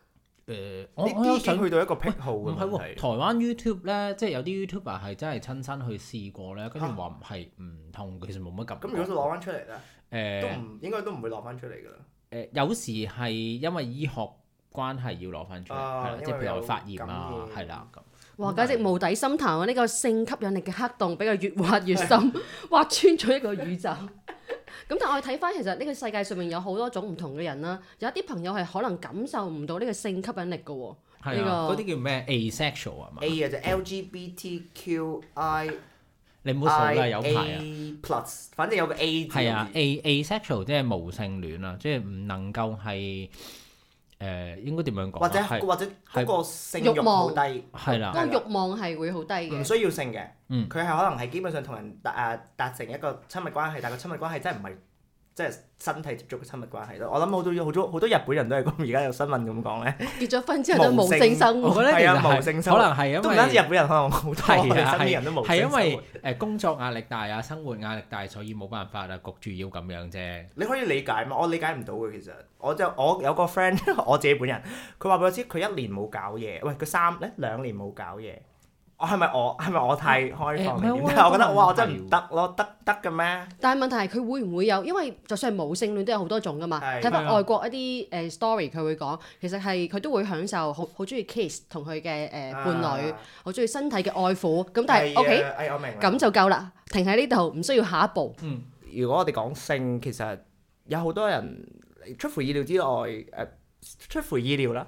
Speaker 3: 誒，我
Speaker 2: 呢
Speaker 3: 我
Speaker 2: 啲
Speaker 3: 有
Speaker 2: 已
Speaker 3: 想
Speaker 2: 經去到一個癖好
Speaker 3: 唔
Speaker 2: 嘅
Speaker 3: 係喎
Speaker 2: 問，題。
Speaker 3: 台灣 YouTube 咧，即係有啲 YouTuber 係真係親身去試過咧，跟住
Speaker 2: 嚇
Speaker 3: 話唔係唔痛，其實冇乜感覺。
Speaker 2: 咁如果攞翻出嚟咧，都
Speaker 3: 誒
Speaker 2: 唔應該都唔會攞翻出嚟㗎啦。
Speaker 3: 誒，有時係因為醫學關係要攞翻出嚟，
Speaker 2: 啊
Speaker 3: 係啦，即係
Speaker 2: 因
Speaker 3: 譬
Speaker 2: 為
Speaker 3: 如
Speaker 2: 有
Speaker 3: 發炎
Speaker 2: 感
Speaker 3: 啊，係
Speaker 2: 染
Speaker 3: 啦咁。
Speaker 1: 哇！
Speaker 2: 嗯
Speaker 1: 簡直無底深潭啊！呢、個性吸引力嘅黑洞，俾佢越挖越 深，挖穿咗一個宇宙。咁但係我哋睇翻，其實呢個世界上面有好多種唔同嘅人啦，有一啲朋友係可能感受唔到呢個性吸引力嘅喎。
Speaker 3: 係
Speaker 1: 呢
Speaker 3: 啊，
Speaker 1: 個
Speaker 3: 嗰啲叫咩 asexual 啊嘛？
Speaker 2: A 啊就 LGBTQI
Speaker 3: 你唔好數啦，有排啊。
Speaker 2: A plus，反正有個 A 字。
Speaker 3: 係啊，a asexual 即係無性戀啊，即係唔能夠係誒、呃、應該點樣講
Speaker 2: 或
Speaker 3: 啊？
Speaker 2: 者
Speaker 3: 係
Speaker 2: 或者嗰個性
Speaker 1: 慾
Speaker 2: 慾好低，
Speaker 3: 係啦，
Speaker 1: 嗰個慾望係會好低
Speaker 2: 唔
Speaker 1: 嘅。
Speaker 2: 需要性嘅。
Speaker 3: 嗯
Speaker 2: 佢係可能係基本上同人達誒呃達成一個親密關係，但係個親密關係真係唔係即係身體接觸嘅親密關係咯。我諗好多好多好多日本人都係咁，而家有新聞咁講咧，
Speaker 1: 結咗婚之後就無性生
Speaker 3: 我
Speaker 1: 活，
Speaker 3: 覺得其
Speaker 2: 係
Speaker 3: 實
Speaker 2: 啊
Speaker 3: 係
Speaker 2: 無性生活
Speaker 3: 可能係因
Speaker 2: 都唔單止日
Speaker 3: 為啊
Speaker 2: 本人，可能好多我哋身邊人都冇
Speaker 3: 係
Speaker 2: 性
Speaker 3: 因為
Speaker 2: 生
Speaker 3: 誒
Speaker 2: 活。、
Speaker 3: 工作壓力大啊，生活壓力大，所以冇辦法啊，焗住要咁樣啫。
Speaker 2: 你可以理解嘛？我理解唔到嘅其實，我就 我有個 friend，我自己本人，佢話俾我知佢一年冇搞嘢，喂佢三咧兩年冇搞嘢，我係咪我係咪我太開放
Speaker 3: 誒
Speaker 2: 定
Speaker 3: 唔係
Speaker 2: 點？
Speaker 3: 我
Speaker 2: 但係我覺
Speaker 3: 覺
Speaker 2: 得
Speaker 3: 得
Speaker 2: 哇，
Speaker 3: 唔
Speaker 2: 我真係唔
Speaker 3: 係
Speaker 2: 得咯，得得嘅咩？
Speaker 1: 但係問題係佢會唔會有？因為就算係無性戀都有好多種噶嘛。
Speaker 2: 係
Speaker 1: 睇翻
Speaker 3: 係啊
Speaker 1: 外國一啲誒、呃 story，佢會講其實係佢都會享受好好中意 kiss 同佢嘅誒呃伴侶，
Speaker 2: 啊
Speaker 1: 好中意身體嘅愛撫。咁但係
Speaker 2: 啊
Speaker 1: OK，
Speaker 2: 哎我明啦
Speaker 1: 咁就夠啦，停喺呢度，唔需要下一步。
Speaker 2: 如果我哋講性，其實有好多人出乎意料之外，誒、出乎意料啦，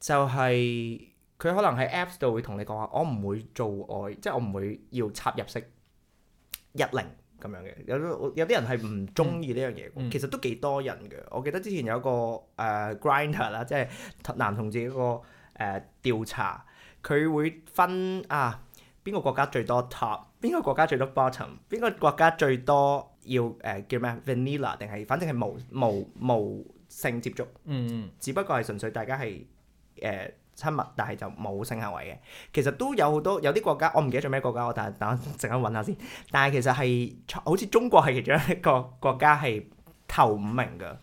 Speaker 2: 就係、佢可能喺 Apps 度會同你講話，我唔會做愛，即係我唔會要插入式一零咁樣嘅。有啲有啲人係唔中意呢樣嘢，
Speaker 3: 嗯
Speaker 2: 其實都幾多人嘅。我記得之前有一個誒、Grinder 啦，即係男同志嗰個誒、調查，佢會分啊。邊個國家最多 top，邊個國家最多 bottom，邊個國家最多要誒、呃叫咩 vanilla 定係反正係無無無性接觸，
Speaker 3: 嗯
Speaker 2: 只不過係純粹大家係誒、呃、親密，但係就冇性行為嘅。其實都有好多有啲國家，我唔記得咗咩國家，我但係等我陣間揾下 先。但係其實係好似中國係其中一個國家係頭五名㗎。嗯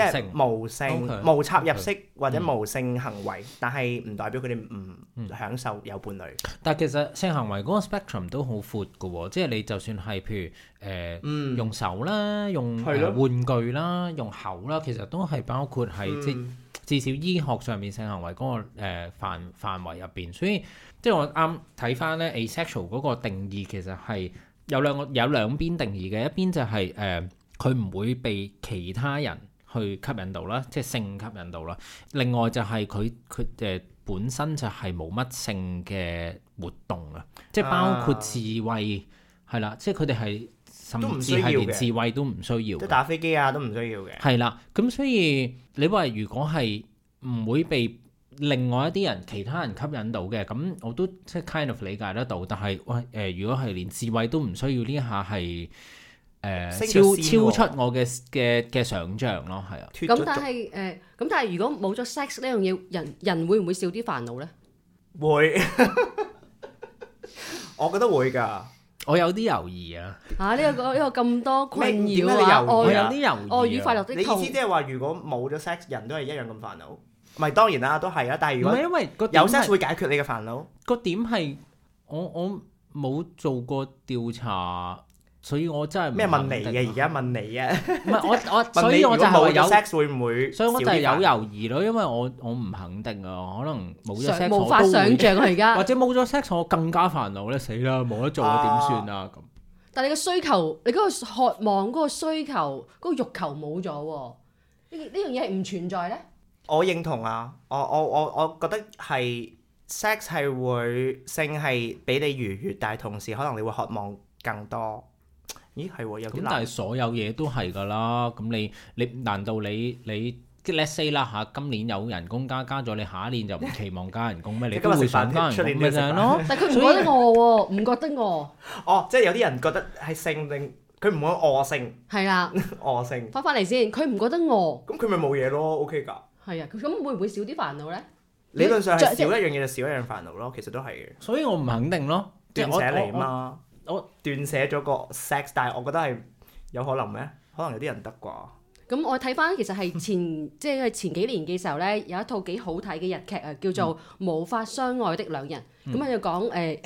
Speaker 3: 無
Speaker 2: 係
Speaker 3: 性
Speaker 2: 無性、
Speaker 3: OK，嗯
Speaker 2: 無插入式或者無性行為，但係唔代表佢哋唔享受有伴侶。
Speaker 3: 但係其實性行為嗰個 spectrum 都好闊嘅喎，即係你就算係譬如誒、呃
Speaker 2: 嗯
Speaker 3: 用手啦，用
Speaker 2: 係
Speaker 3: 誒
Speaker 2: 咯
Speaker 3: 玩具啦，用口啦，其實都係包括喺、
Speaker 2: 嗯
Speaker 3: 即至少醫學上面性行為嗰、個誒、呃、範範圍入邊，所以即係我啱睇翻咧 asexual 嗰個定義其實係有兩個有兩邊定義嘅，一邊就係誒佢唔會被其他人去吸引到啦，即係性吸引到啦。另外就係佢佢誒本身就係冇乜性嘅活動啊，即係包括
Speaker 2: 啊
Speaker 3: 智慧係啦，即係佢哋係甚
Speaker 2: 都唔
Speaker 3: 至
Speaker 2: 需要
Speaker 3: 係連
Speaker 2: 嘅
Speaker 3: 智慧都唔需要
Speaker 2: 即係
Speaker 3: 嘅。
Speaker 2: 打飛機啊，都唔需要嘅。
Speaker 3: 係啦，咁所以你話如果係唔會被另外一啲人、其他人吸引到嘅，咁我都即係 kind of 理解得到。但係喂誒、如果係連智慧都唔需要呢一下係誒、
Speaker 2: 升
Speaker 3: 超
Speaker 2: 咗
Speaker 3: 超出我嘅嘅嘅想像咯，係啊。
Speaker 2: 脱
Speaker 1: 咁
Speaker 2: 咗
Speaker 1: 但係誒，咁、但係如果冇咗 sex 呢樣嘢，人人會唔會少啲煩惱咧？
Speaker 2: 族會， 我覺得會㗎。
Speaker 3: 我有啲猶豫啊，
Speaker 1: 啊！呢、一個呢、個咁多困
Speaker 2: 咩點
Speaker 1: 擾
Speaker 2: 解你猶
Speaker 1: 啊，
Speaker 3: 我
Speaker 2: 豫
Speaker 1: 愛
Speaker 3: 有
Speaker 2: 啊
Speaker 3: 啲猶豫啊。
Speaker 1: 愛與快樂
Speaker 2: 你
Speaker 1: 的
Speaker 2: 意思
Speaker 1: 痛
Speaker 2: 即。係話，如果冇咗 sex，人都係一樣咁煩惱？唔係當然啦，都係啦。啊但係
Speaker 3: 唔
Speaker 2: 如果
Speaker 3: 係因為個
Speaker 2: 有
Speaker 3: 點
Speaker 2: sex
Speaker 3: 係
Speaker 2: 會解決你嘅煩惱，
Speaker 3: 個點係我我冇做過調查，所以我真係唔
Speaker 2: 咩問
Speaker 3: 肯
Speaker 2: 你
Speaker 3: 定
Speaker 2: 嘅？而家問你啊，
Speaker 3: 唔係我我，
Speaker 2: 問
Speaker 3: 所
Speaker 2: 你
Speaker 3: 以
Speaker 2: 如
Speaker 3: 我就
Speaker 2: 果
Speaker 3: 係話
Speaker 2: 冇
Speaker 3: 有
Speaker 2: 咗 sex 會唔會少
Speaker 3: 所以
Speaker 2: 啲煩惱？
Speaker 3: 我就係有猶豫咯，因為我我唔肯定啊，可能冇咗 sex
Speaker 1: 無
Speaker 3: 我
Speaker 1: 法
Speaker 3: 都
Speaker 1: 想
Speaker 3: 會，
Speaker 1: 像啊！而家
Speaker 3: 或，者冇咗 sex 我更加煩惱咧，死啦，冇得做啊，點算啊咁？
Speaker 1: 但係你嘅需求，你嗰個渴望、嗰、個需求、嗰、個欲求冇咗喎。呢呢樣嘢係唔存在咧？
Speaker 2: 我認同啊，我我我我覺得係 sex 係會性係俾你愉悅，但係同時可能你會渴望更多。咦係喎，有啲
Speaker 3: 咁
Speaker 2: 難
Speaker 3: 但係所有嘢都係㗎啦，咁你你難道你你即係 let's say 啦嚇，今年有人工加加咗，你下一年就唔期望加人工咩？你
Speaker 2: 即係
Speaker 3: 都
Speaker 2: 今日
Speaker 3: 會
Speaker 2: 食飯
Speaker 3: 想加人
Speaker 2: 出年
Speaker 3: 工咪
Speaker 2: 都要
Speaker 3: 就
Speaker 2: 食飯
Speaker 3: 係咯。
Speaker 1: 但係佢唔
Speaker 3: 所以
Speaker 1: 覺得餓喎，唔覺得餓，
Speaker 2: 哦，即係有啲人覺得係性定，佢唔會餓性，
Speaker 1: 係啦，
Speaker 2: 餓性，
Speaker 1: 翻返嚟先，佢唔覺得餓，
Speaker 2: 咁佢咪冇嘢咯，OK 㗎。
Speaker 1: 係啊，咁會唔會少啲煩惱咧？
Speaker 2: 理論上係
Speaker 1: 即
Speaker 2: 少一樣嘢就少一樣煩惱咯，其實都係嘅。
Speaker 3: 所以我唔肯 定咯，即係
Speaker 2: 斷
Speaker 3: 我
Speaker 2: 捨
Speaker 3: 我
Speaker 2: 離
Speaker 3: 我
Speaker 2: 嘛，
Speaker 3: 我我
Speaker 2: 斷捨咗個 sex，但係我覺得係有可能咩？可能有啲人得啩。
Speaker 1: 咁我睇翻其實係前即係前幾年嘅時候咧，有一套幾好睇嘅日劇啊，叫做《無法相愛的兩人》。咁佢就講誒，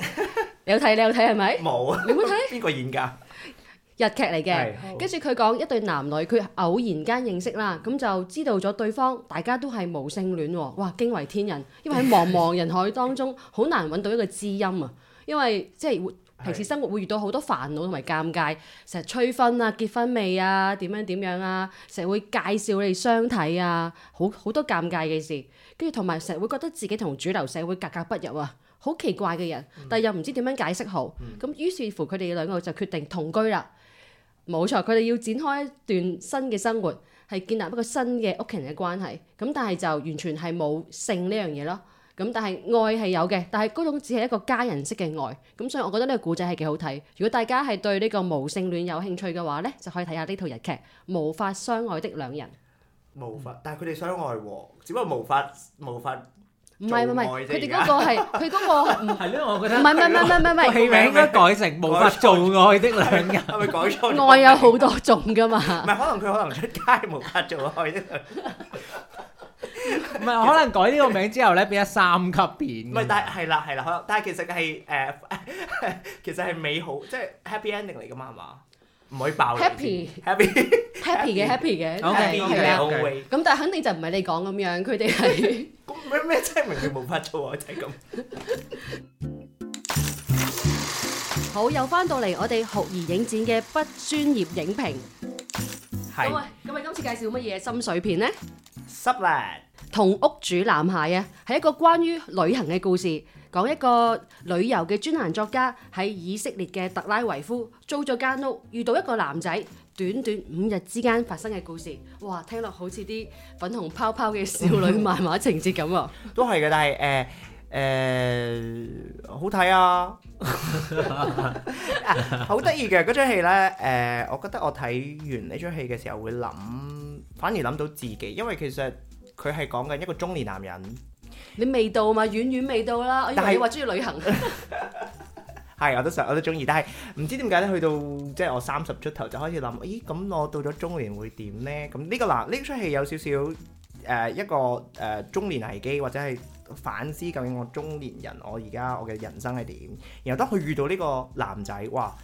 Speaker 1: 你有睇你有睇係咪？
Speaker 2: 冇啊，
Speaker 1: 你有冇睇
Speaker 2: 邊個演㗎？
Speaker 1: 日劇嚟嘅？
Speaker 2: 係
Speaker 1: 跟住佢講一對男女，佢偶然間認識啦，咁就知道咗對方，大家都係無性戀喎，哇，驚為天人！因為喺茫茫人海當中，好難揾到一個知音啊，因為即係會平時生活會遇到好多煩惱同埋尷尬，成日催婚啊、結婚未啊、點樣點樣啊，成日會介紹你哋相睇啊，好好多尷尬嘅事，跟住同埋成日會覺得自己同主流社會格格不入啊。好奇怪嘅人，但係又唔知點樣解釋好，咁、於是乎佢哋兩個就決定同居啦。冇錯，佢哋要展開一段新嘅生活，係建立一個新嘅屋企人嘅關係。咁但係就完全係冇性呢樣嘢咯。咁但係愛係有嘅，但係嗰種只係一個家人式嘅愛。咁所以我覺得呢個故仔係幾好睇。如果大家係對呢個無性戀有興趣嘅話呢，就可以睇下呢套日劇《無法相愛的兩人
Speaker 2: 無法，但係佢哋相愛喎，只不過無法無法。》。
Speaker 1: 唔係唔係唔
Speaker 2: 做愛
Speaker 1: 係，
Speaker 2: 啫
Speaker 1: 佢哋嗰個係 佢嗰個唔
Speaker 3: 係咯，我覺
Speaker 1: 唔係唔係唔係唔係唔
Speaker 3: 個
Speaker 1: 係
Speaker 3: 戲名應該改成無法做愛的兩人。
Speaker 2: 係咪改錯咗？
Speaker 1: 愛有好 多種㗎嘛
Speaker 2: 唔。係，可能佢可能出街無法做愛啫。
Speaker 3: 唔係可能改呢個名之後咧，變咗三級片。
Speaker 2: 唔係，但係係啦係啦，可能但係其實係誒、 其實係美好，即係 happy ending 嚟噶嘛，係嘛？唔可以爆雷
Speaker 1: Happy
Speaker 2: happy
Speaker 1: happy 嘅 happy 嘅 係
Speaker 3: OK，
Speaker 2: happy
Speaker 1: 係
Speaker 3: OK
Speaker 2: 嘅
Speaker 1: 啦。
Speaker 3: OK
Speaker 2: always。
Speaker 1: 咁但係肯定就唔係你講咁樣，佢哋 係
Speaker 2: 咁咩咩真係明明冇法做啊！ 就係咁。
Speaker 1: 好又翻到嚟我哋酷兒影展嘅不專業影評。咁
Speaker 2: 係
Speaker 1: 啊，咁啊，今次介紹乜嘢心水片呢？
Speaker 2: 濕啦，
Speaker 1: 同屋主男孩啊，係一個關於旅行嘅故事，講一個旅遊嘅專欄作家喺以色列嘅特拉維夫租咗間屋，遇到一個男仔，短短五日之間發生嘅故事。哇，聽落好似啲粉紅泡泡嘅少女漫畫情節咁 啊！
Speaker 2: 都係嘅，但係誒誒好睇啊！ 啊好得意嘅嗰出戲咧，誒、我覺得我睇完呢出戲嘅時候會諗，反而諗到自己，因為其實佢係講緊一個中年男人。
Speaker 1: 你未到嘛，遠遠未到啦。我以
Speaker 2: 但係
Speaker 1: 為你話中意旅行，
Speaker 2: 係，我都想，我都中意，但係唔知點解咧，去到即係我三十出頭就開始諗，咦咁我到咗中年會點呢？咁呢個嗱，呢出戲有少少誒、呃一個誒、呃中年危機，或者係反思究竟我中年人我而家我嘅人生係點。然後當佢遇到呢個男仔，哇！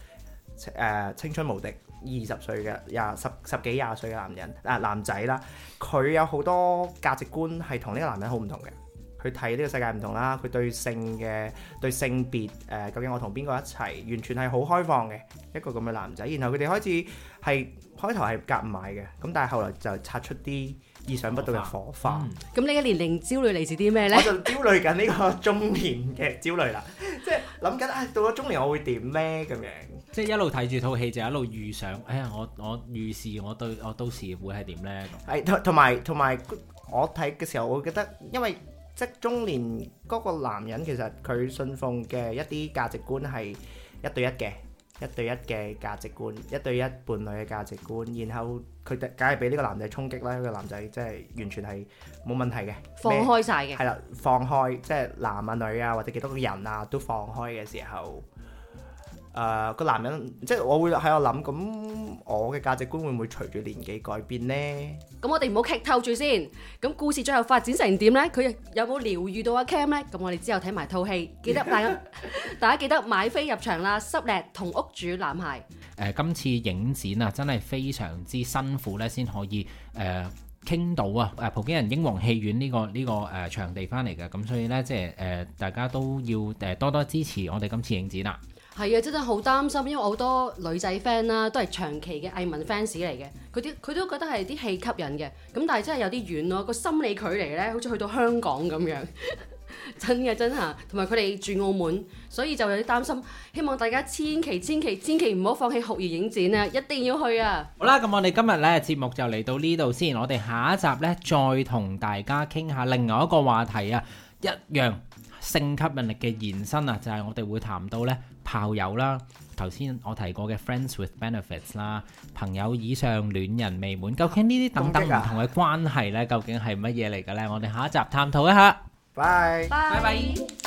Speaker 2: 誒、呃青春無敵，二十歲嘅廿十十幾廿歲嘅男人啊男仔啦，佢有好多價值觀係同呢個男人好唔同嘅。佢睇呢個世界唔同啦，佢對性嘅對性別誒、呃究竟我同邊個一齊，完全係好開放嘅一個咁嘅男仔。然後佢哋開始係開頭係夾唔埋嘅，咁但係後來就擦出啲意想不到嘅火花。
Speaker 3: 嗯
Speaker 1: 咁你嘅年齡焦慮嚟自啲咩呢
Speaker 2: 我？就焦慮緊呢個中年嘅焦慮啦，即係諗緊啊，到咗中年我會點呢？咁樣。
Speaker 3: 即係一路睇住套戲就一路預想，哎呀，我我預示我對我到時會係點咧？
Speaker 2: 係同同埋同埋，我睇嘅時候，我會覺得因為即係中年嗰個男人其實佢信奉嘅一啲價值觀係一對一嘅。一對一嘅價值觀，一對一伴侶嘅價值觀，然後佢哋梗係俾呢個男仔衝擊啦，呢、個男仔即係完全係冇問題嘅，
Speaker 1: 放
Speaker 2: 咩
Speaker 1: 開晒嘅，
Speaker 2: 係啦，放開即係男啊女啊或者幾多個人啊都放開嘅時候，誒、個男人即係我會喺度諗，咁我嘅價值觀會唔會隨住年紀改變呢？
Speaker 1: 咁我哋唔好劇透住先。咁故事最後發展成點呢？佢有冇療愈到阿 Cam 呢？咁我哋之後睇埋套戲，記得大家大家記得買飛入場啦！濕叻同屋主男孩，
Speaker 3: 誒、今次影展啊，真係非常之辛苦咧，先可以誒傾、到啊誒葡京人英皇戲院呢、個呢、個誒、場地翻嚟嘅，咁所以咧即係誒、大家都要誒、多多支持我哋今次影展啦。
Speaker 1: 係啊，真係好擔心，因為我好多女仔 friend 啦，都係長期嘅藝文 fans 嚟嘅，佢啲佢都覺得係啲戲吸引嘅，咁但係真係有啲遠咯，個心理距離呢，好似去到香港咁樣。 真嘅真嚇，同埋佢哋住澳門，所以就有啲擔心。希望大家千祈千祈千祈唔好放棄酷兒影展啊！一定要去啊！
Speaker 3: 好啦，咁我哋今日咧節目就嚟到呢度先，我哋下一集咧再同大家傾下另外一個話題啊，一樣性吸引力嘅延伸啊，就係、我哋會談到咧炮友啦，頭先我提過嘅 friends with benefits 啦，朋友以上戀人未滿，究竟呢啲等等
Speaker 2: 咁激啊
Speaker 3: 唔同嘅關係咧，究竟係乜嘢嚟嘅咧？我哋下一集探討一下。
Speaker 2: 拜。
Speaker 1: 拜
Speaker 3: 拜
Speaker 1: 拜。